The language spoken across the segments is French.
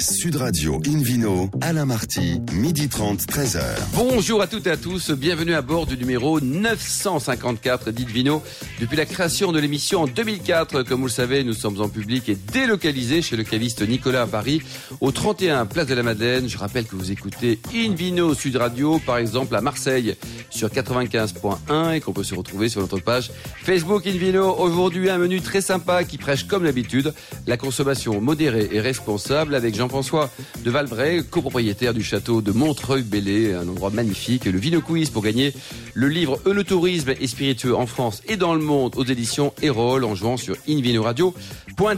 Sud Radio Invino, Alain Marty, midi 30, 13h. Bonjour à toutes et à tous, bienvenue à bord du numéro 954 d'Invino. Depuis la création de l'émission en 2004, comme vous le savez, nous sommes en public et délocalisés chez le caviste Nicolas à Paris, au 31 Place de la Madeleine. Je rappelle que vous écoutez Invino Sud Radio, par exemple à Marseille, sur 95.1 et qu'on peut se retrouver sur notre page Facebook Invino. Aujourd'hui, un menu très sympa qui prêche comme d'habitude la consommation modérée et responsable avec Jean-François de Valbray, copropriétaire du château de Montreuil-Bellay, un endroit magnifique, et le Vino Quiz pour gagner le livre E le tourisme et spiritueux en France et dans le monde aux éditions Erol en jouant sur Invino Radio.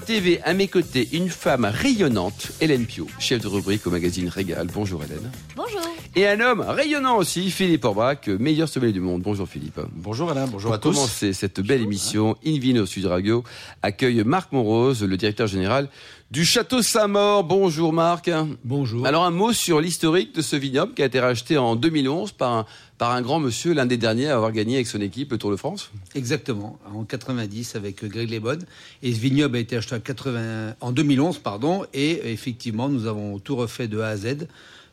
.tv à mes côtés, une femme rayonnante, Hélène Pio, chef de rubrique au magazine Régal. Bonjour Hélène. Bonjour. Et un homme rayonnant aussi, Philippe Orbach, meilleur sommelier du monde. Bonjour Philippe. Bonjour Alain, bonjour Pour à tous. commencer cette belle émission, Invino Sud Radio accueille Marc Morose, le directeur général du Château Saint-Maur. Bonjour Marc. Bonjour. Alors un mot sur l'historique de ce vignoble qui a été racheté en 2011 par un, par un grand monsieur, l'un des derniers à avoir gagné avec son équipe le Tour de France. Exactement, en 90 avec euh, Greg Lebonne. Et ce vignoble a été acheté en, 80 en 2011, pardon, et effectivement, nous avons tout refait de A à Z,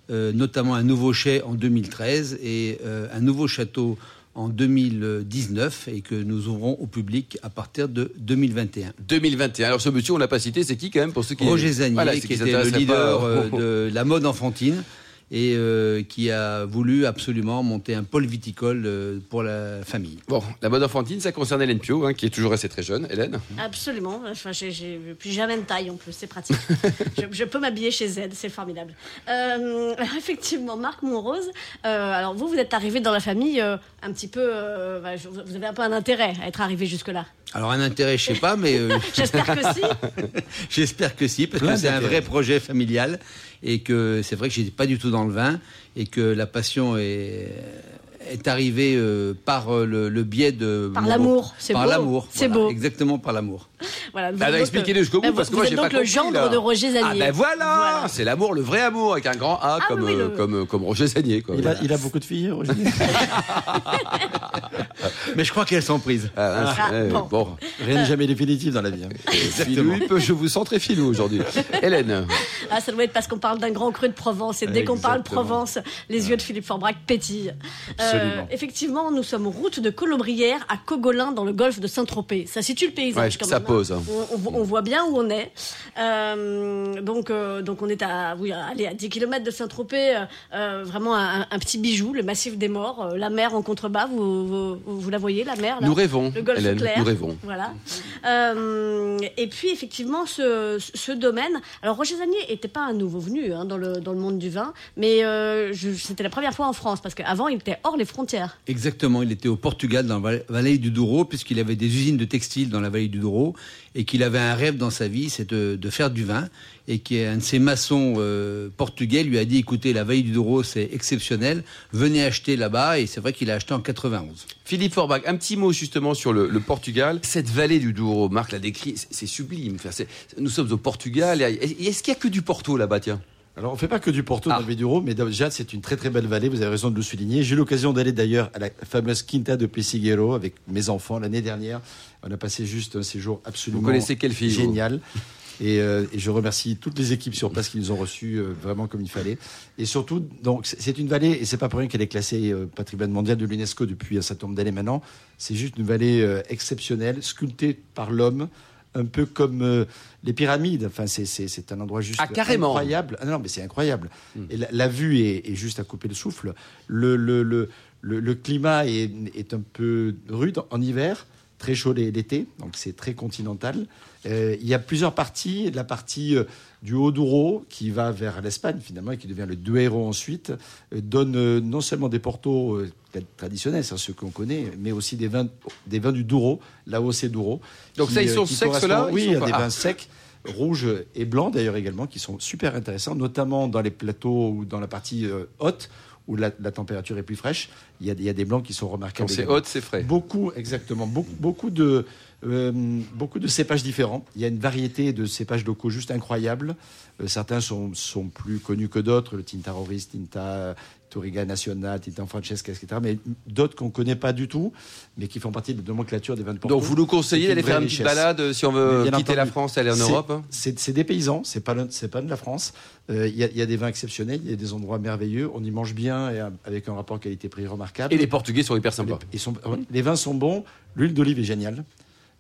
euh, notamment un nouveau chai en 2013 et euh, un nouveau château en 2019 et que nous ouvrons au public à partir de 2021. 2021. Alors ce monsieur, on l'a pas cité, c'est qui quand même pour ceux qui... Roger Zanier, Voilà, ceux qui était le s'intéresseraient leader pas- euh, de la mode enfantine et euh, qui a voulu absolument monter un pôle viticole euh, pour la famille. Bon, la mode enfantine, ça concerne Hélène Pio, hein, qui est toujours restée très jeune. Hélène Absolument. Enfin, j'ai, j'ai plus jamais de taille en plus, c'est pratique. je, je peux m'habiller chez Z, c'est formidable. Euh, alors, effectivement, Marc Monrose, euh, alors vous, vous êtes arrivé dans la famille euh, un petit peu. euh, bah, je- vous avez un peu un intérêt à être arrivé jusque-là. Alors un intérêt, je sais pas, mais euh, J'espère que si. J'espère que si, parce que c'est un vrai projet familial et que c'est vrai que j'étais pas du tout dans le vin et que la passion est, est arrivée euh, par euh, le, le biais de Par mon- l'amour, c'est par beau. l'amour, C'est voilà, beau. Exactement par l'amour. Voilà. Vous Bah, donc, expliquez-le jusqu'au bah, bout, parce que vous moi, êtes j'ai donc pas le compris, gendre là. de Roger Zanier. Ah ben voilà, Voilà. C'est l'amour, le vrai amour, avec un grand A Ah comme, oui, oui, euh, le- comme, comme Roger Sagnier. Quoi. Ah, Il a, il a beaucoup de filles, Roger Mais je crois qu'elles sont prises. Ah, Ah, ouais, bon. bon. Rien n'est jamais définitif dans la vie. hein. Philippe, je vous sens très filou aujourd'hui. Hélène, Ah, ça doit être parce qu'on parle d'un grand cru de Provence. Et dès qu'on parle Exactement. Provence, les yeux de Philippe Forbrac pétillent. Euh, Absolument. effectivement, nous sommes route de Colobrières à Cogolin, dans le golfe de Saint-Tropez. Ça situe le paysage Ouais, quand ça même, hein. pose, hein. On, on vo- on voit bien où on est. Euh, donc, euh, donc, on est à, oui, à- allez, à 10 km de Saint-Tropez. euh, euh, vraiment un, un petit bijou, le massif des morts. euh, la mer en contrebas, vous, vous, vous la voyez, la mer là nous rêvons. le golfe Hélène, clair. nous rêvons. Voilà. Euh, et puis, effectivement, ce, ce domaine. Alors, Roger Zanier n'était pas un nouveau venu hein, dans, le, dans le monde du vin, mais euh, je- c'était la première fois en France, parce qu'avant, il était hors les frontières. Exactement, il était au Portugal, dans la val- vallée du Douro, puisqu'il avait des usines de textiles dans la vallée du Douro, et qu'il avait un rêve dans sa vie, c'est de, de faire du vin, et qu'un de ses maçons euh, portugais lui a dit, écoutez, la vallée du Douro, c'est exceptionnel, venez acheter là-bas, et c'est vrai qu'il a acheté en 91. Philippe Forbach, un petit mot justement sur le, le Portugal. Cette vallée du Douro, Marc l'a décrit, c'est- c'est sublime. Enfin, c'est- nous sommes au Portugal. et- et- Est-ce qu'il n'y a que du Porto là-bas, tiens Alors, on fait pas que du Porto Ah. dans le Véduro, mais déjà, c'est une très très belle vallée. Vous avez raison de le souligner. J'ai eu l'occasion d'aller d'ailleurs à la fameuse Quinta de Pesiguero avec mes enfants l'année dernière. On a passé juste un séjour absolument Vous connaissez quelle fille, vous génial. Et, euh, et je remercie toutes les équipes sur place qui nous ont reçus euh, vraiment comme il fallait. Et surtout, donc c'est- c'est une vallée, et c'est pas pour rien qu'elle est classée euh, patrimoine mondial de l'UNESCO depuis un certain nombre d'années maintenant. C'est juste une vallée euh, exceptionnelle, sculptée par l'homme, un peu comme euh, les pyramides. Enfin, c'est- c'est c'est un endroit juste Ah, carrément. incroyable incroyable. Ah non, mais c'est incroyable. Hmm. Et la, la vue est, est juste à couper le souffle. Le, le, le, le- le climat est, est un peu rude en hiver, très chaud l'é- l'été, donc c'est très continental. Euh, il y a plusieurs parties. La partie euh, du Haut-Douro, qui va vers l'Espagne finalement, et qui devient le Duero ensuite, euh, donne euh, non seulement des portos euh, tra- traditionnels, c'est ceux qu'on connaît, mais aussi des vins, des vins du Douro, là où c'est Douro. Donc qui, ça, ils euh, sont qui secs, correspond- ceux-là Ils Oui, sont à pas- des Ah. vins secs, rouges et blancs d'ailleurs également, qui sont super intéressants, notamment dans les plateaux ou dans la partie euh, haute où la, la température est plus fraîche. Il y a, il y a des blancs qui sont Quand remarquables. c'est également. haute, c'est frais. Beaucoup, exactement. Beaucoup, beaucoup de, Euh, beaucoup de cépages différents. Il y a une variété de cépages locaux juste incroyable. Euh, certains sont, sont plus connus que d'autres, le Tinta Roris, Tinta Toriga Nacional, Tinta Francesca, etc. Mais d'autres qu'on ne connaît pas du tout, mais qui font partie de la nomenclature des vins de Porto. Donc vous nous conseillez C'est d'aller une vraie faire une petite richesse. balade euh, si on Mais veut bien quitter la entendu. France, aller en C'est- Europe. hein. C'est c'est des paysans, c'est pas, le- c'est pas de la France. Euh, Il y, a- il y a des vins exceptionnels, il y a des endroits merveilleux. On y mange bien et euh, avec un rapport qualité-prix remarquable. Et les Portugais sont hyper Les, sympas. ils sont- les vins sont bons, l'huile d'olive est géniale.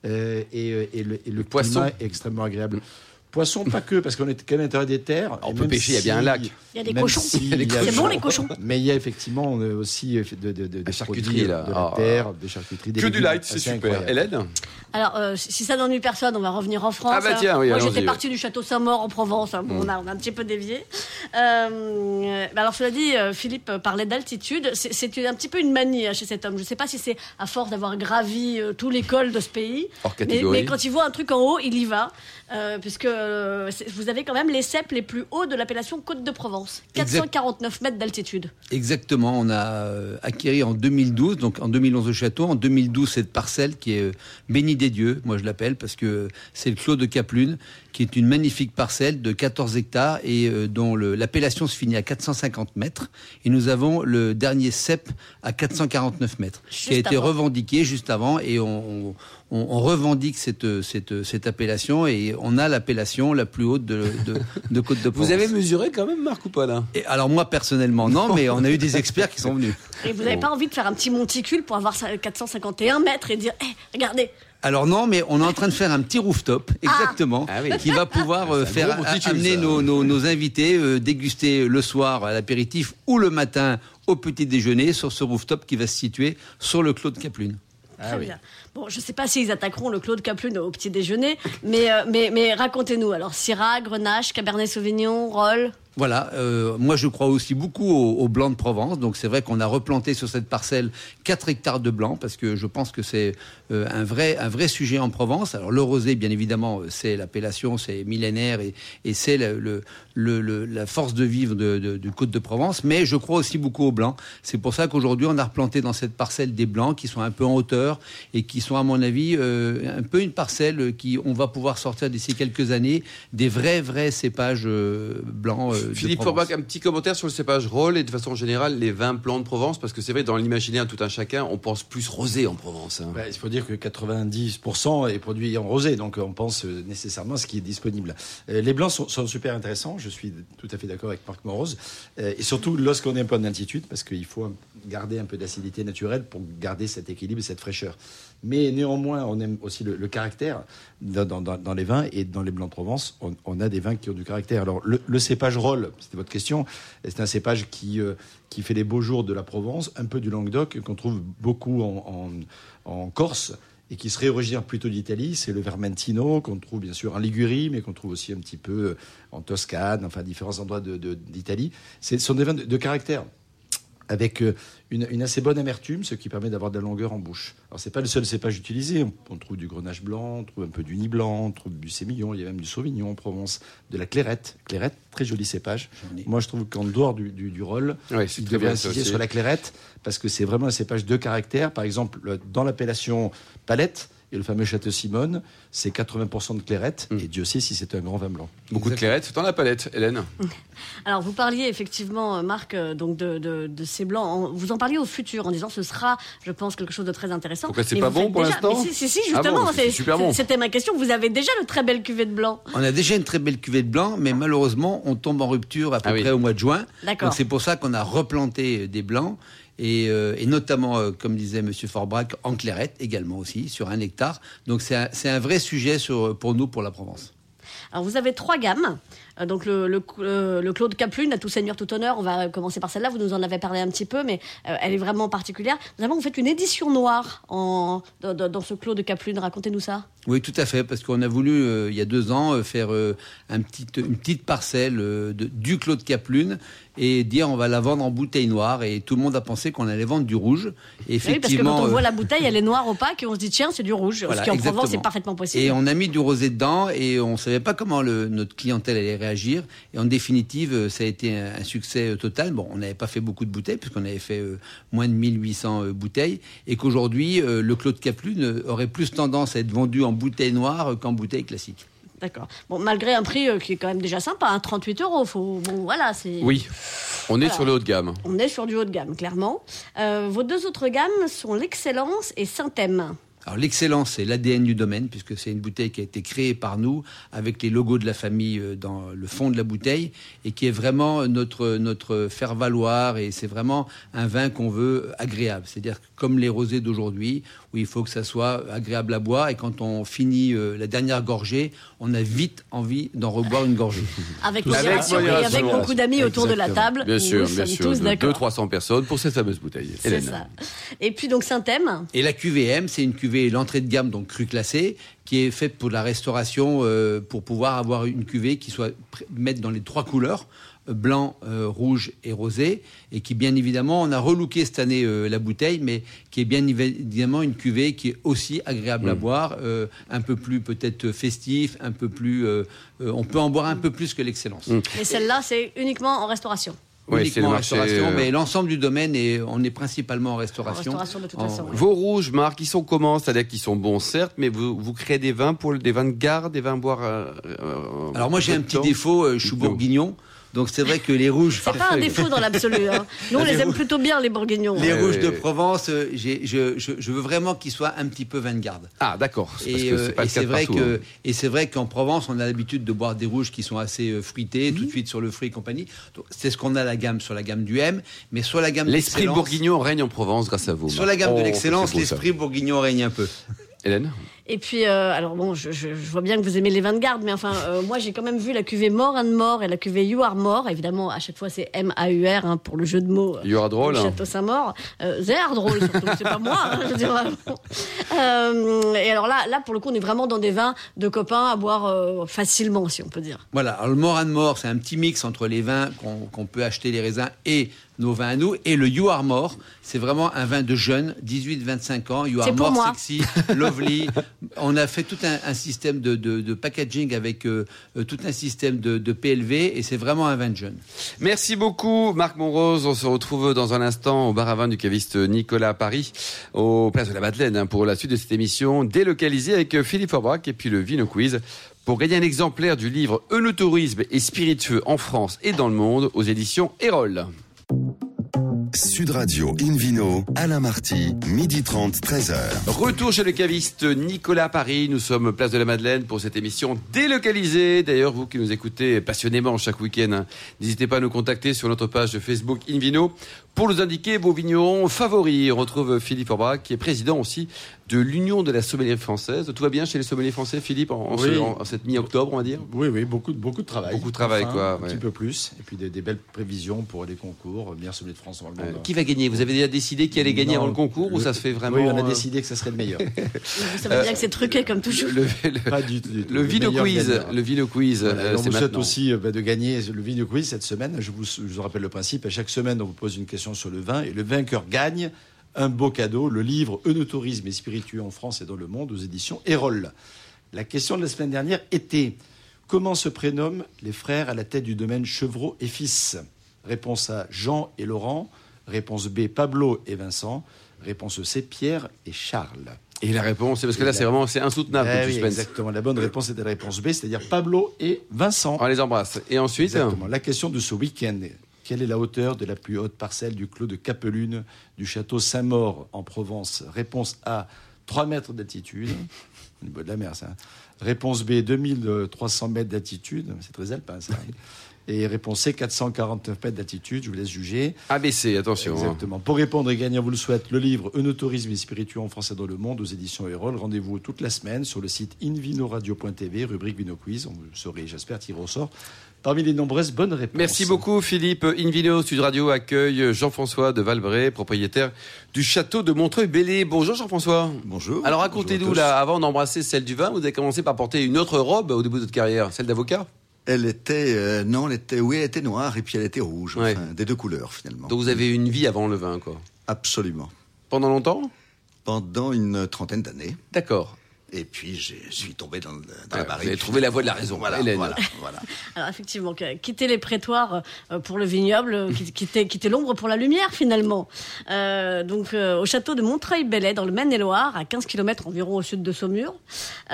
Euh, et, euh, et le, et le poisson. climat est extrêmement agréable. Poisson, pas que, parce qu'on est qu'à l'intérieur des terres. On et peut même pêcher, il y a bien un lac. Il y a des même cochons. s'il Il y a des y a- C'est bon, les cochons. Mais il y a effectivement euh, aussi euh, de, de, de, des charcuterie, produits, euh, là. de la Ah. terre, des charcuteries, des Que du légumes light, c'est assez super. incroyables. Hélène Alors, euh, si ça n'ennuie personne, on va revenir en France. Ah bah hein. tiens, oui, Mm. Moi, allons-y, j'étais ouais. partie du château Saint-Maur en Provence. hein. Bon, on, a, on a un petit peu dévié. Euh, euh, bah alors, cela dit, euh, Philippe parlait d'altitude. C'est- C'est une- un petit peu une manie hein, chez cet homme. Je ne sais pas si c'est à force d'avoir gravi euh, tous les cols de ce pays. Hors Mais, catégorie. mais quand il voit un truc en haut, il y va. Euh, puisque euh, c'est- vous avez quand même les ceps les plus hauts de l'appellation Côte de Provence. Exact. 449 mètres d'altitude. Exactement, on a euh, acquéri en 2012, donc en 2011 le château, en 2012 cette parcelle qui est euh, bénie des dieux, moi je l'appelle, parce que euh, c'est le Clos de Caplune, qui est une magnifique parcelle de 14 hectares et euh, dont le- l'appellation se finit à 450 mètres. Et nous avons le dernier CEP à 449 mètres, qui a Juste été avant. revendiqué juste avant et on, on- on- on revendique cette, cette, cette appellation et on a l'appellation la plus haute de, de, de Côte-de-Provence. mesuré quand même, Marc, ou pas là Et alors moi personnellement non, mais on a eu des experts qui sont venus. Et vous n'avez pas envie de faire un petit monticule pour avoir ça- 451 mètres et dire Hé, regardez, Alors non, mais on est en train de faire un petit rooftop, exactement, Ah oui. qui va pouvoir euh, C'est un faire gros a- monticule, amener ça. nos, nos- nos invités euh, déguster le soir à l'apéritif ou le matin au petit déjeuner sur ce rooftop qui va se situer sur le Clos de Caplune. Très bien. Bon, je ne sais pas s'ils attaqueront le Claude Caplune au petit déjeuner, mais, euh, mais, mais racontez-nous. Alors, Syrah, Grenache, Cabernet Sauvignon, Roll. Voilà, euh, moi je crois aussi beaucoup au, au blanc de Provence, donc c'est vrai qu'on a replanté sur cette parcelle 4 hectares de blanc, parce que je pense que c'est euh, un, vrai, un vrai sujet en Provence. Alors le rosé, bien évidemment, euh, c'est l'appellation, c'est millénaire et, et c'est le, le- le- le- la force de vivre de, de- du Côte de Provence, mais je crois aussi beaucoup au blanc. C'est pour ça qu'aujourd'hui on a replanté dans cette parcelle des blancs qui sont un peu en hauteur et qui sont à mon avis euh, un peu une parcelle qui, on va pouvoir sortir d'ici quelques années, des vrais, vrais cépages euh, blancs. euh, de Philippe Provence. Forbach, un petit commentaire sur le cépage Roll et de façon générale les vins blancs de Provence, parce que c'est vrai, dans l'imaginaire tout un chacun, on pense plus rosé en Provence. hein. Ouais, Bah, il faut dire que 90% est produit en rosé, donc on pense euh, nécessairement à ce qui est disponible. Euh, les blancs sont, sont super intéressants, je suis tout à fait d'accord avec Marc Morose, Euh, et surtout lorsqu'on est un peu en altitude, parce qu'il faut garder un peu d'acidité naturelle pour garder cet équilibre et cette fraîcheur. Mais néanmoins, on aime aussi le, le caractère dans, dans- dans- dans les vins, et dans les blancs de Provence, on, on a des vins qui ont du caractère. Alors le, le cépage Roll, c'était votre question, c'est un cépage qui, euh, qui fait les beaux jours de la Provence, un peu du Languedoc, qu'on trouve beaucoup en- en en Corse et qui serait originaire plutôt d'Italie, c'est le Vermentino qu'on trouve bien sûr en Ligurie, mais qu'on trouve aussi un petit peu en Toscane, enfin différents endroits de- de- d'Italie. C'est- Ce sont des vins de, de caractère, avec euh, une, une assez bonne amertume, ce qui permet d'avoir de la longueur en bouche. Alors c'est pas le seul cépage utilisé, on, on trouve du grenache blanc, on trouve un peu du nid blanc, on trouve du sémillon, il y a même du sauvignon en Provence, de la clairette, clairette, très joli cépage. Moi je trouve qu'en dehors du, du, du rôle, Ouais, c'est il très devrait bien, ça insister aussi. sur la clairette parce que c'est vraiment un cépage de caractère. Par exemple, le- dans l'appellation palette et le fameux Château Simone, c'est 80% de clairette Mm. et Dieu sait si c'est un grand vin blanc. Beaucoup de clairette dans la palette, Hélène. Alors, vous parliez effectivement, euh, Marc, euh, donc de, de, de ces blancs. En- vous en parliez au futur en disant ce sera, je pense, quelque chose de très intéressant. Pourquoi c'est Et pas vous bon faites pour déjà- l'instant Mais Si, si, si, Ah justement, bon, c'est c'est- super c'est- bon. c'était ma question. Vous avez déjà le très belle cuvée de blanc. On a déjà une très belle cuvée de blanc, mais malheureusement, on tombe en rupture à peu Ah oui. près au mois de juin. D'accord. Donc c'est pour ça qu'on a replanté euh, des blancs, et, euh, et notamment, euh, comme disait Monsieur Forbrac, en clairette également aussi, sur un hectare. Donc c'est un, c'est un vrai sujet sur, euh, pour nous, pour la Provence. Alors, vous avez trois gammes. Euh, donc, le, le, euh, le Claude Caplune, à tout seigneur, tout honneur. On va commencer par celle-là. Vous nous en avez parlé un petit peu, mais euh, elle est vraiment particulière. Notamment, vous faites une édition noire en, dans, dans- dans ce Claude Caplune. Racontez-nous ça. Oui, tout à fait, parce qu'on a voulu, euh, il y a deux ans, euh, faire euh, un petit, une petite parcelle euh, de, du Claude Caplune et dire on va la vendre en bouteille noire. Et tout le monde a pensé qu'on allait vendre du rouge. Et Oui, parce que effectivement, quand on euh, voit la bouteille, elle est noire opaque et on se dit, tiens, c'est du rouge. Voilà, ce qui en Provence exactement. c'est parfaitement possible. Et on a mis du rosé dedans et on savait pas comment le, notre clientèle allait réagir. réagir. Et en définitive, euh, ça a été un, un succès euh, total. Bon, on n'avait pas fait beaucoup de bouteilles, puisqu'on avait fait euh, moins de 1800 euh, bouteilles, et qu'aujourd'hui, euh, le Clos de Caplune euh, aurait plus tendance à être vendu en bouteille noire euh, qu'en bouteille classique. D'accord. Bon, malgré un prix euh, qui est quand même déjà sympa, hein, 38 euros. Faut... Bon, voilà, c'est. Oui, on est Voilà. sur le haut de gamme. On est sur du haut de gamme, clairement. Euh, vos deux autres gammes sont l'excellence et Saint-Thème. Alors l'excellence, c'est l'ADN du domaine, puisque c'est une bouteille qui a été créée par nous, avec les logos de la famille euh, dans le fond de la bouteille, et qui est vraiment notre, notre faire-valoir, et c'est vraiment un vin qu'on veut agréable. C'est-à-dire que comme les rosés d'aujourd'hui, où il faut que ça soit agréable à boire, et quand on finit euh, la dernière gorgée, on a vite envie d'en reboire une gorgée. Avec Avec modération et avec modération. beaucoup d'amis autour de la table. Bien Nous sûr, bien sommes sûr. tous De d'accord. 200-300 personnes pour cette fameuse bouteille. C'est Hélène. ça. Et puis donc Saint-Thème. Et la QVM, c'est une cuvée l'entrée de gamme, donc cru classée, qui est faite pour la restauration, euh, pour pouvoir avoir une cuvée qui soit pr- mettre dans les trois couleurs euh, blanc, euh, rouge et rosé, et qui bien évidemment, on a relooké cette année euh, la bouteille, mais qui est bien évidemment une cuvée qui est aussi agréable Mm. à boire, euh, un peu plus peut-être festif, un peu plus, euh, euh, on peut en boire un peu plus que l'excellence. Mais celle-là, c'est uniquement en restauration. Mm. Ouais, c'est le Uniquement en marché, restauration, euh, mais l'ensemble du domaine est, on est principalement en restauration. En restauration, de toute En- façon, ouais. Vos rouges, Marc, ils sont comment C'est-à-dire qu'ils sont bons, certes, mais vous, vous créez des vins pour le- des vins de garde, des vins à boire. euh, euh, Alors moi j'ai un peu de petit temps. défaut, euh, je suis Dites-nous. bourguignon, donc c'est vrai que les rouges, C'est pas un défaut dans l'absolu. hein. Nous, on les aime plutôt bien, les bourguignons. les Ouais, rouges de ouais. Provence, euh, j'ai- je, je- je veux vraiment qu'ils soient un petit peu vanguard. Ah, d'accord. c'est parce Et, que euh, c'est pas et le cas c'est de vrai partout, hein. que et c'est vrai qu'en Provence on a l'habitude de boire des rouges qui sont assez euh, fruités Mmh. tout de suite sur le fruit et compagnie. Donc, C'est ce qu'on a la gamme sur la gamme du M, mais sur la hein. gamme L'esprit d'excellence- bourguignon règne en Provence grâce à vous. Sur Marc. la gamme Oh, de l'excellence, c'est beau, ça. l'esprit bourguignon règne un peu. Hélène Et puis, euh, alors bon, je, je- je vois bien que vous aimez les vins de garde, mais enfin, euh, moi j'ai quand même vu la cuvée More and More et la cuvée You Are More. Évidemment, à chaque fois c'est M-A-U-R hein, pour le jeu de mots. euh, You are drôle, du hein. Château Saint-Maur. Euh, they are drôle, surtout, c'est pas moi. hein, je veux dire, vraiment. Euh, et alors là, là, pour le coup, on est vraiment dans des vins de copains à boire euh, facilement, si on peut dire. Voilà, alors le Moran Mort, c'est un petit mix entre les vins qu'on qu'on peut acheter les raisins et nos vins à nous. Et le You Are More, c'est vraiment un vin de jeunes, 18-25 ans. You C'est Are pour More, moi. sexy, lovely. On a fait tout un, un système de, de- de packaging avec euh, euh, tout un système de, de PLV et c'est vraiment un vin de jeunes. Merci beaucoup, Marc Monrose. On se retrouve dans un instant au bar à vin du caviste Nicolas à Paris, au Place de la Madeleine, hein, pour la suite de cette émission délocalisée avec euh, Philippe Aubrac et puis le Vino Quiz. Pour gagner un exemplaire du livre Eunotourisme et spiritueux en France et dans le monde aux éditions Erol. Sud Radio Invino, Alain Marty, midi 30, 13h. Retour chez le caviste Nicolas Paris. Nous sommes place de la Madeleine pour cette émission délocalisée. D'ailleurs, vous qui nous écoutez passionnément chaque week-end, hein, n'hésitez pas à nous contacter sur notre page de Facebook Invino pour nous indiquer vos vignerons favoris. On retrouve Philippe Orbach qui est président aussi de l'Union de la sommellerie française. Tout va bien chez les sommeliers français, Philippe, en, en ce- Oui. en- en cette mi-octobre, on va dire Oui, oui, beaucoup, de- beaucoup de travail. Hein. Beaucoup de travail, quoi, Un ouais. petit peu plus. Et puis des, des belles prévisions pour les concours, bien celui de France dans le Euh, monde. Qui va gagner Vous avez déjà décidé qui allait gagner Ah bah. Non, avant le concours ou le- ça se fait vraiment Oui, on a euh, décidé que ça serait le meilleur. Vous savez bien que c'est truqué comme toujours. le, le, Pas du tout. du tout. le Vino meilleur Quiz, gagnant. le Vino Quiz, Voilà, et euh, on c'est vous souhaite maintenant. aussi euh, bah, de gagner le Vino Quiz cette semaine. Je vous, je vous rappelle le principe. À chaque semaine, on vous pose une question sur le vin et le vainqueur gagne un beau cadeau, le livre Eunotourisme et spiritueux en France et dans le monde aux éditions Erol. La question de la semaine dernière était comment se prénomment les frères à la tête du domaine Chevreau et Fils Réponse A Jean et Laurent. Réponse B Pablo et Vincent. Réponse C Pierre et Charles. Et la réponse, c'est parce que Et là, la- c'est vraiment c'est insoutenable Eh le oui, Ah, suspense. exactement. La bonne réponse était la réponse B, c'est-à-dire Pablo et Vincent. On les embrasse. Et ensuite, Exactement. La question de ce week-end quelle est la hauteur de la plus haute parcelle du clos de Capelune du château Saint-Maur en Provence Réponse A 3 mètres d'altitude. Au niveau de la mer, ça. hein. Réponse B 2300 mètres d'altitude. C'est très alpin, ça. Et réponse C 449 mètres d'altitude. Je vous laisse juger. ABC, attention. hein. Exactement. Pour répondre et gagner, on vous le souhaite, le livre Eunotourisme et spiritueux en français dans le monde aux éditions Erol. Rendez-vous toute la semaine sur le site invinoradio.tv, rubrique Vino Quiz. On vous saurait, j'espère, tirer au sort parmi les nombreuses bonnes réponses. Merci beaucoup Philippe. Invino Sud Radio accueille Jean-François de Valbray, propriétaire du château de Montreuil-Bellé. Bonjour Jean-François. Bonjour. Alors Bonjour racontez-nous à tous. là, avant d'embrasser celle du vin, vous avez commencé par porter une autre robe au début de votre carrière, celle d'avocat. Elle était, euh, non, elle était, oui, elle était noire et puis elle était rouge, Ouais. enfin, des deux couleurs finalement. Donc vous avez eu une vie avant le vin, quoi. Absolument. Pendant longtemps Pendant une trentaine d'années. D'accord. Et puis, je suis tombé dans, le- dans Ouais, la vous barrique. avez trouvé la voie de la raison, Voilà, Hélène. voilà, voilà. Alors effectivement, que- quitter les prétoires euh, pour le vignoble, euh, qui- quitter, quitter l'ombre pour la lumière finalement. Euh, donc euh, au château de Montreuil-Bellay dans le Maine-et-Loire, à 15 km environ au sud de Saumur,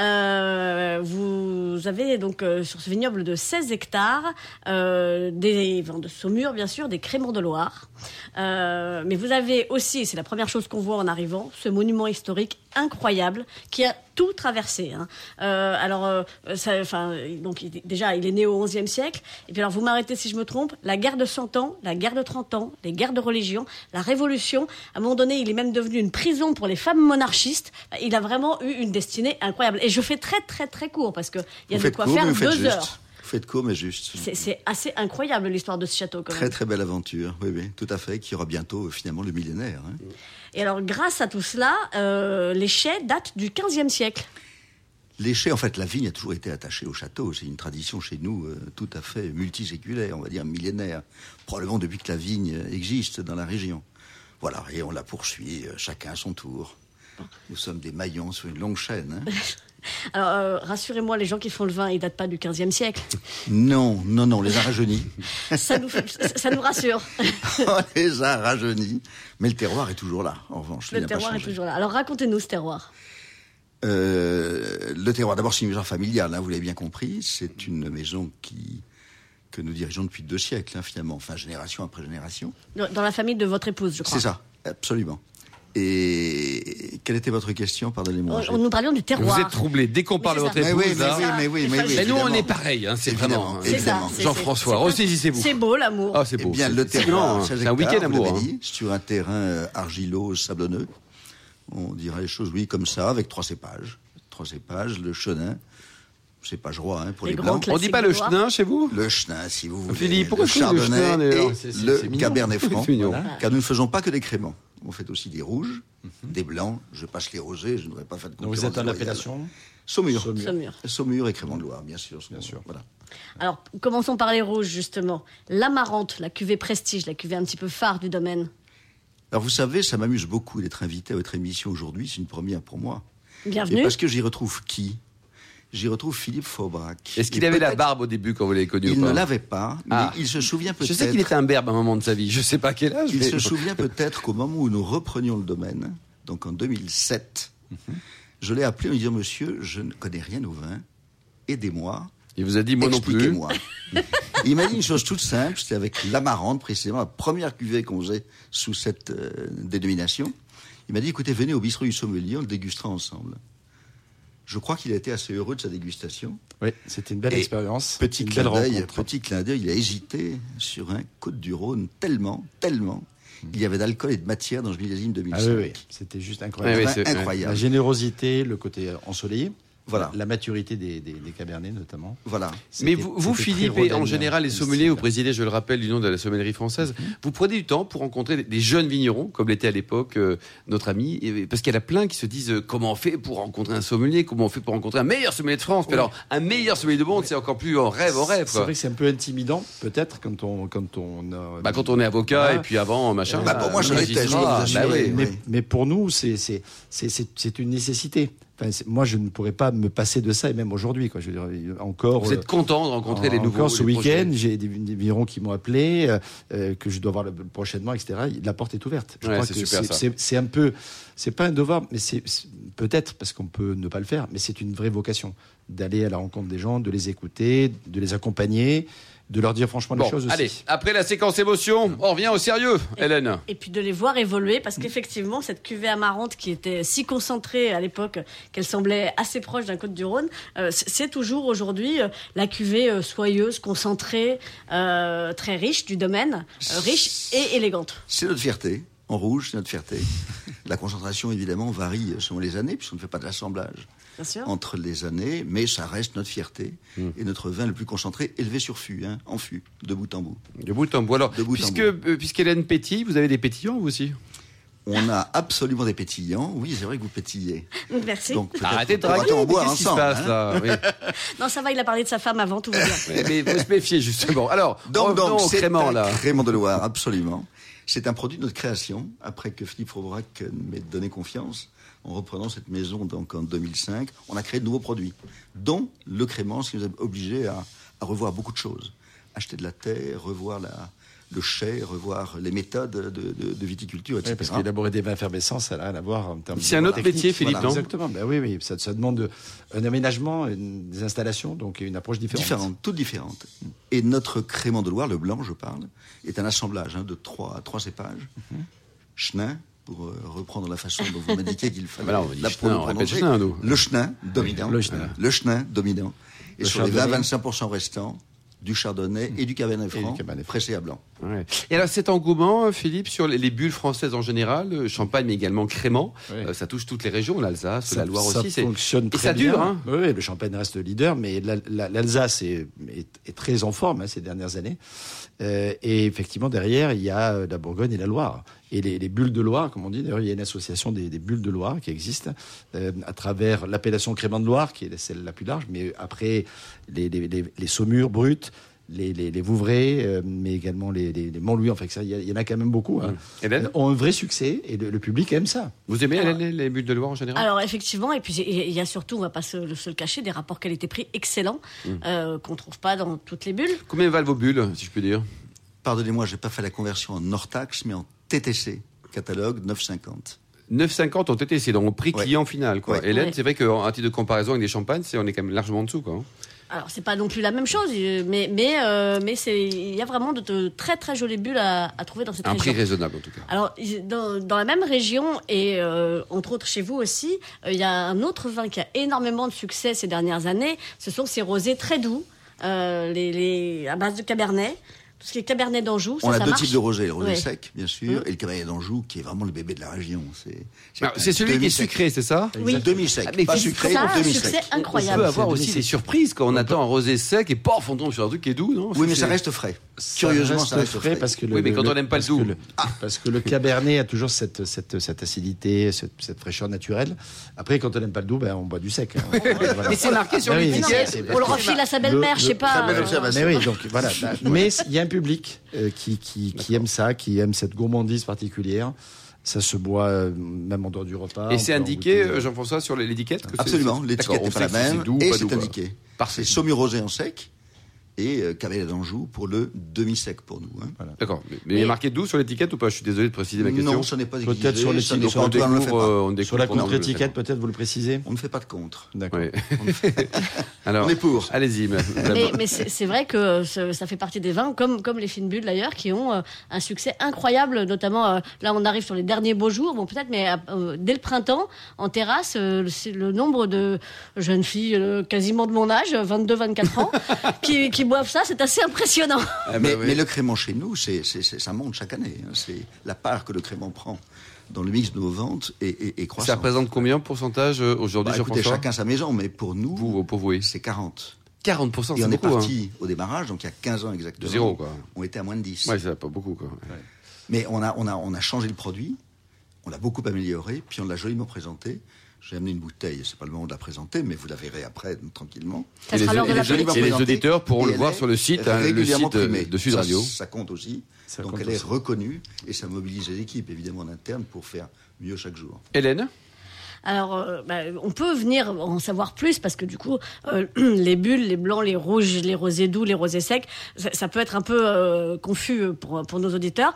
euh, vous avez donc euh, sur ce vignoble de 16 hectares euh, des vins de Saumur bien sûr, des créments de Loire. Euh, mais vous avez aussi, et c'est la première chose qu'on voit en arrivant, ce monument historique incroyable qui a tout traversé. hein. Euh, alors, euh, ça- enfin, donc il- déjà, il est né au XIe siècle. Et puis alors, vous m'arrêtez si je me trompe. La guerre de 100 ans, la guerre de 30 ans, les guerres de religion, la Révolution. À un moment donné, il est même devenu une prison pour les femmes monarchistes. Il a vraiment eu une destinée incroyable. Et je fais très très très court parce que il y a Vous de faites quoi court, faire mais vous faites deux juste. heures. Vous faites court, mais juste. C'est- C'est assez incroyable l'histoire de ce château quand même. Très très belle aventure, oui, oui, tout à fait, qui aura bientôt euh, finalement le millénaire. hein. Et alors, grâce à tout cela, euh, les chais datent du 15e siècle. Les chais, en fait, la vigne a toujours été attachée au château. C'est une tradition chez nous euh, tout à fait multiséculaire, on va dire millénaire, probablement depuis que la vigne euh, existe dans la région. Voilà, et on la poursuit euh, chacun à son tour. Nous sommes des maillons sur une longue chaîne. hein. Alors, euh, rassurez-moi, les gens qui font le vin, ils datent pas du 15e siècle. Non, non, non, on les a rajeunis. Ça nous, fait- ça- ça nous rassure. on Oh, les a rajeunis. Mais le terroir est toujours là, en revanche. il Le n'a pas terroir est changé. toujours là. Alors, racontez-nous ce terroir. Euh, le terroir, d'abord, c'est une maison familiale, hein, vous l'avez bien compris. C'est une maison qui, que nous dirigeons depuis deux siècles, hein, finalement, enfin, génération après génération. Dans dans la famille de votre épouse, je crois. C'est ça, absolument. Et quelle était votre question Pardonnez-moi. j'ai- Oh, On, on nous parlions du terroir. Vous êtes troublé dès qu'on Oui, parle de votre c'est ça. Mais oui, épouse. mais là. oui, mais oui, mais oui. Mais nous, on évidemment. est pareil, hein, c'est Évidemment, vraiment. C'est ça, évidemment. c'est- c'est- Jean-François, c'est- ressaisissez-vous. C'est beau l'amour. Ah, c'est Eh beau. bien, c'est- le c'est- terroir, non, c'est c'est un week-end amour. amour. hein. sur un terrain euh, argileux, sablonneux. On dirait les choses, oui, comme ça, avec trois cépages. Trois cépages, le chenin, cépage roi hein, pour Les les, grands blancs. classiques. On dit pas le Noir. chenin chez vous Le chenin, si vous voulez. Philippe, pourquoi le est-ce que vous dites le chardonnay chenin, d'ailleurs et C'est- c'est- le c'est mignon. cabernet franc. C'est mignon. Car nous ne faisons pas que des créments. On fait aussi des rouges, Mhm. des blancs. Je passe les rosés, je n'aurais pas fait de Donc vous concurrence êtes à loyale. l'appellation Saumur. Saumur. Saumur. Saumur et Crémant de Loire, bien sûr. Bien sûr. Voilà. Alors, commençons par les rouges, justement. L'amarante, la cuvée prestige, la cuvée un petit peu phare du domaine. Alors vous savez, ça m'amuse beaucoup d'être invité à votre émission aujourd'hui. C'est une première pour moi. Et Bienvenue. parce que j'y retrouve qui J'y retrouve Philippe Faubrac. Est-ce qu'il Et avait la peut-être barbe au début quand vous l'avez connu ou Il ne pas l'avait pas, mais Ah. il se souvient peut-être. Je sais qu'il était un berbe à un moment de sa vie. Je sais pas à quel âge. Il mais- se souvient peut-être qu'au moment où nous reprenions le domaine, donc en 2007, je l'ai appelé en lui disant Monsieur, je ne connais rien au vin, aidez-moi, Il vous a dit moi non plus. expliquez-moi. Il m'a dit une chose toute simple c'était avec l'amarante, précisément, la première cuvée qu'on faisait sous cette euh, dénomination. Il m'a dit Écoutez, venez au bistrot du sommelier, on le dégustera ensemble. Je crois qu'il a été assez heureux de sa dégustation. Oui, c'était une belle Et expérience. Petit une clin belle d'œil, rencontre. Ah petit clin d'œil, il a hésité sur un Côte-du-Rhône tellement, tellement. Il y avait d'alcool et de matière dans ce millésime 2005. Mmh. Ah oui, oui, c'était juste Ah incroyable. oui, Vin c'est- La incroyable. générosité, le côté ensoleillé, Voilà. la maturité des, des, des cabernets notamment. Voilà. Mais C'était- vous, vous c'était très Philippe, et en rhodanier, général les hein, sommeliers, vous c'était- présidez, je le rappelle, du nom de la sommellerie française, Mhm. vous prenez du temps pour rencontrer des- des jeunes vignerons, comme l'était à l'époque euh, notre ami, et- parce qu'il y en a plein qui se disent euh, comment on fait pour rencontrer un sommelier, comment on fait pour rencontrer un meilleur sommelier de France. Mais alors, un meilleur sommelier de monde, c'est encore plus en rêve, en rêve. C'est vrai que c'est un peu intimidant, peut-être, quand on. Quand on, euh, Bah, quand on est avocat Voilà. et puis avant, machin. Bah, pour moi, je Ah, magistrat, l'étais, je peux vous assurer. bah oui. mais, oui. mais pour nous, c'est- c'est c'est- c'est- c'est une nécessité. Enfin, c'est- moi, je ne pourrais pas me passer de ça, et même aujourd'hui, quoi. Je veux dire, euh, encore. Vous êtes content de rencontrer Ah, les en- nouveaux. encore ce les week-end, prochains. j'ai des, des vignerons qui m'ont appelé, euh, euh, que je dois voir le- prochainement, etc. La porte est ouverte. Je Ouais, crois c'est que super, c'est- ça. c'est- c'est un peu, c'est pas un devoir, mais c'est c'est- peut-être parce qu'on peut ne pas le faire, mais c'est une vraie vocation d'aller à la rencontre des gens, de les écouter, de les accompagner, de leur dire franchement Bon, les choses allez, aussi. après la séquence émotion, on revient au sérieux, Hélène. Et puis de les voir évoluer, parce qu'effectivement, cette cuvée amarante qui était si concentrée à l'époque qu'elle semblait assez proche d'un Côte-du-Rhône, euh, c- c'est toujours aujourd'hui euh, la cuvée euh, soyeuse, concentrée, euh, très riche du domaine, euh, riche et élégante. C'est notre fierté. En rouge, c'est notre fierté. La concentration, évidemment, varie selon les années, puisqu'on ne fait pas de l'assemblage Bien sûr. entre les années, mais ça reste notre fierté. Mmh. Et notre vin le plus concentré, élevé sur fût, hein, en fût, de bout en bout. De bout en bout. Alors, De bout en puisque, bout. euh, puisqu'Hélène pétille, vous avez des pétillants, vous aussi On a absolument des pétillants. Oui, c'est vrai que vous pétillez. Merci. Donc peut-être Ah, Arrêtez de qu'on pourra draguer, en mais boire qu'est-ce qui se ensemble, passe hein. là Oui. Non, ça va, il a parlé de sa femme avant, tout va bien. Mais mais faut se méfier justement. Alors, Donc, revenons donc, au c'est crément un là. crément de Loire, absolument. C'est un produit de notre création, après que Philippe Faubrac m'ait donné confiance en reprenant cette maison donc en 2005. On a créé de nouveaux produits, dont le crémence qui nous a obligés à, à revoir beaucoup de choses. Acheter de la terre, revoir la, le chai, revoir les méthodes de, de- de viticulture, etc. Ouais, parce qu'élaborer des vins effervescents, ça n'a rien à voir en termes hein. C'est de un autre technique. métier, Philippe, non Exactement. Ben oui, oui, ça, ça demande un aménagement, une- des installations, donc une approche différente. Différentes, toutes différentes. Et notre crément de Loire, le blanc, je parle, est un assemblage hein, de trois, trois cépages. Chenin, pour euh, reprendre la façon dont vous m'indiquez qu'il fallait Voilà, on dit la chenin, pro- on répète prononcer. chenin, nous. Le chenin dominant. Le chenin. Voilà. Le chenin dominant. Et Le sur les chardonnay. 20-25% restants, du chardonnay et du cabernet Et du franc, cabernet franc. pressé à blanc. Ouais. Et alors cet engouement, euh, Philippe, sur les, les bulles françaises en général, euh, champagne mais également crément, Ouais. euh, ça touche toutes les régions, l'Alsace, Ça- la Loire ça aussi. c'est- fonctionne et très ça bien. dure, hein Oui, oui, le Champagne reste leader, mais la- la- l'Alsace est, est- est très en forme hein, ces dernières années. Euh, et effectivement, derrière, il y a euh, la Bourgogne et la Loire. Et les, les bulles de Loire, comme on dit, d'ailleurs, il y a une association des, des bulles de Loire qui existe euh, à travers l'appellation Crément de Loire, qui est celle la plus large, mais après les, les, les- les saumures brutes. Les, les, les Vouvray, euh, mais également les, les, les Montlouis, enfin, que ça, il y, a- il y en a quand même beaucoup, hein, Et Ben ont un vrai succès et le, le public aime ça. Vous aimez Hélène, les, les bulles de Loire en général Alors effectivement, et puis il y a surtout, on va pas se, se le cacher, des rapports qualité-prix excellents euh, qu'on trouve pas dans toutes les bulles. Combien valent vos bulles, si je peux dire Pardonnez-moi, j'ai pas fait la conversion en hors taxe, mais en TTC, catalogue 9,50. 9,50 ont été, c'est dans mon prix Ouais. client final. Quoi. Ouais. Hélène, Ouais. c'est vrai qu'en à titre de comparaison avec des champagnes, c'est, on est quand même largement en dessous. Quoi. hein. Alors c'est pas non plus la même chose, euh, mais mais euh, mais c'est il y a vraiment de, de très très jolies bulles à, à trouver dans cette Un prix région. raisonnable en tout cas. Alors, il- dans, dans la même région, et euh, entre autres chez vous aussi, euh, il y a un autre vin qui a énormément de succès ces dernières années. Ce sont ces rosés très doux, euh, les, les- à base de cabernet. Tout ce qui est cabernet d'Anjou, ça, On a ça deux marche. types de rosés, le rosé Ouais. Hum. sec, bien sûr, et le cabernet d'Anjou, qui est vraiment le bébé de la région. C'est c'est Alors, un Bah, c'est celui qui est demi-sec. sucré, c'est ça Oui. Demi-sec, Ah, mais pas qu'est-ce sucré, ça, un demi-sec. succès On peut incroyable. avoir C'est aussi demi-sec. des surprises quand on attend un rosé sec et paf, on tombe sur un truc qui est doux, non Oui, mais C'est- ça reste frais. Curieusement, ça reste frais. parce que le, Oui, mais le- quand on n'aime pas le parce doux. que parce que le cabernet a toujours cette, cette, cette acidité, cette, cette fraîcheur naturelle. Après, quand on n'aime pas le doux, ben, on boit du sec. hein. Voilà. Mais c'est marqué sur Ah oui, l'étiquette. c'est- On le refile à sa belle-mère, Le- je sais le- pas. belle euh, observation. Mais oui, donc voilà. Bah, Mais il y a un public euh, qui, qui, qui aime ça, qui aime cette gourmandise particulière. Ça se boit euh, même en dehors du repas. Et On c'est peut en indiqué, goûter. euh, Jean-François, sur l'étiquette que c'est- Absolument, c'est- l'étiquette D'accord, n'est on pas la sait si même doux ou et pas doux, c'est quoi. indiqué. Parfait. C'est saumur rosé en sec et euh, cabernet d'Anjou pour le demi-sec pour nous. hein. D'accord. Mais mais il est marqué doux sur l'étiquette ou pas Je suis désolé de préciser ma question. Non, ce n'est pas Peut-être déguisé, sur les ça signes, n'est sur pas- on le on ne le fait découvre, pas. euh, on découvre Sur la qu'on a- contre-étiquette, peut-être vous le précisez On ne fait pas de contre. D'accord. Ouais. Alors, On est pour. Allez-y. ma- Mais, madame. mais c'est c'est vrai que euh, ce- ça fait partie des vins, comme, comme les fines bulles d'ailleurs, qui ont euh, un succès incroyable. Notamment, euh, là, on arrive sur les derniers beaux jours, bon, peut-être, mais euh, dès le printemps, en terrasse, euh, le- c'est le nombre de jeunes filles euh, quasiment de mon âge, 22-24 ans, qui, qui boivent ça, c'est assez impressionnant. Ah bah mais, oui. mais le crément chez nous, c'est, c'est- c'est- ça monte chaque année. hein. C'est la part que le crément prend dans le mix de nos ventes et, et, et ça croissante. représente combien en pourcentage euh, aujourd'hui, Bah, écoutez, Jean-François chacun sa maison, mais pour nous, Vous, pour vous, oui. c'est 40. 40%, Et c'est on est beaucoup. hein. parti au démarrage, donc il y a 15 ans exactement. Zéro, quoi. On était à moins de 10. Ouais, c'est pas beaucoup, quoi. Mais on a, on, a, on a changé le produit, on l'a beaucoup amélioré, puis on l'a joliment présenté. J'ai amené une bouteille, c'est pas le moment de la présenter, mais vous la verrez après, donc, tranquillement. Ça Et sera les- l'heure de et les la jolis politique. Et les présentée, auditeurs pourront et le elle voir est sur le site, hein, le régulièrement site, euh, primée. de Sud Ça, Radio. Ça, compte aussi. Ça donc compte elle est aussi. reconnue et ça mobilise les équipes, évidemment, en interne pour faire mieux chaque jour. Hélène Alors, euh, bah, on peut venir en savoir plus parce que du coup, euh, les bulles, les blancs, les rouges, les rosés doux, les rosés secs, ça, ça peut être un peu euh, confus pour, pour nos auditeurs.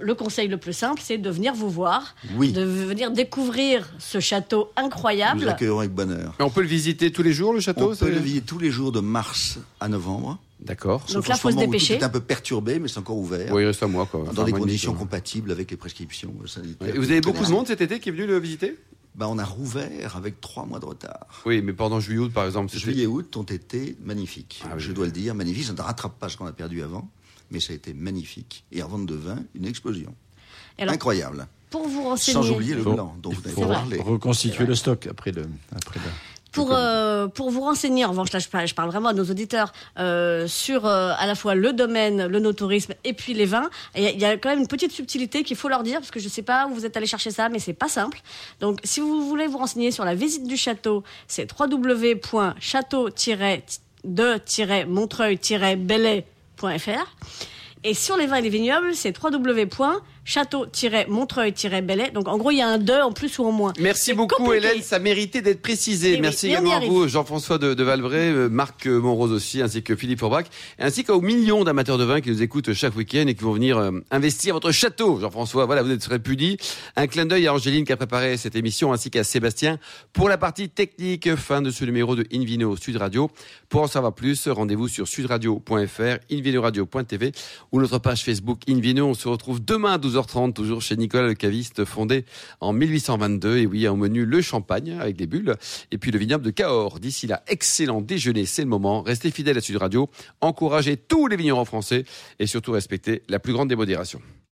Le conseil le plus simple, c'est de venir vous voir, Oui. de venir découvrir ce château Nous incroyable. l'accueillerons avec bonheur. On peut le visiter tous les jours, le château On c'est- peut le visiter tous les jours de mars à novembre. D'accord. Donc Sauf là, en ce faut se moment où dépêcher. Tout est un peu perturbé, mais c'est encore ouvert. Oui, il reste à moi, quoi. Enfin, dans des moins de dix conditions jours. compatibles avec les prescriptions sanitaires. Ouais. Et vous avez beaucoup de monde cet été qui est venu le visiter Bah, On a rouvert avec trois mois de retard. Oui, mais pendant juillet, août, par exemple. c'était- Juillet et août ont été magnifiques. Ah oui. Je dois le dire, magnifiques. Ça ne rattrape pas ce qu'on a perdu avant, mais ça a été magnifique. Et en vente de vin, une explosion. Et alors, Incroyable. pour vous Sans renseigner, oublier le Faut- blanc dont vous Il avez faut parlé. reconstituer le stock après le. Après le... pour, euh, pour vous renseigner, en revanche, là, je parle, je parle vraiment à nos auditeurs euh, sur euh, à la fois le domaine, le no-tourisme et puis les vins. Et Il y a- il y, a quand même une petite subtilité qu'il faut leur dire parce que je sais pas où vous êtes allé chercher ça, mais c'est pas simple. Donc, si vous voulez vous renseigner sur la visite du château, c'est www.château-de-montreuil-bellay.fr. Et sur les vins et les vignobles, c'est www.château-de-montreuil-bellay.fr. château-montreuil-belay. Donc en gros, il y a un 2 en plus ou en moins. Merci C'est beaucoup compliqué. Hélène, ça méritait d'être précisé. Eh oui, Merci mais on y également à arrive. vous, Jean-François de, de Valbray, euh, Marc euh, Monrose aussi, ainsi que Philippe Forbach, ainsi qu'aux millions d'amateurs de vin qui nous écoutent chaque week-end et qui vont venir euh, investir votre château. Jean-François, voilà, vous êtes- serez punis. Un clin d'œil à Angéline qui a préparé cette émission, ainsi qu'à Sébastien pour la partie technique. Fin de ce numéro de Invino Sud Radio. Pour en savoir plus, rendez-vous sur sudradio.fr, invinoradio.tv ou notre page Facebook Invino. On se retrouve demain à 12h30, toujours chez Nicolas Le Caviste, fondé en 1822. Et oui, au menu le champagne avec des bulles et puis le vignoble de Cahors. D'ici là, excellent déjeuner, c'est le moment. Restez fidèles à Sud Radio, encouragez tous les vignerons français et surtout respectez la plus grande démodération.